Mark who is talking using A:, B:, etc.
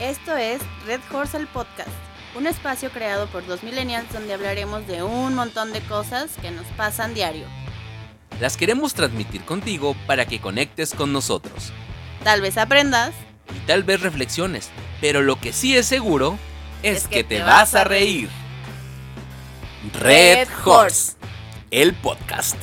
A: Esto es Red Horse el Podcast, un espacio creado por dos millennials donde hablaremos de un montón de cosas que nos pasan diario.
B: Las queremos transmitir contigo para que conectes con nosotros
A: Tal vez aprendas
B: y tal vez reflexiones, pero lo que sí es seguro es, que, te vas a reír. Red Horse, el podcast.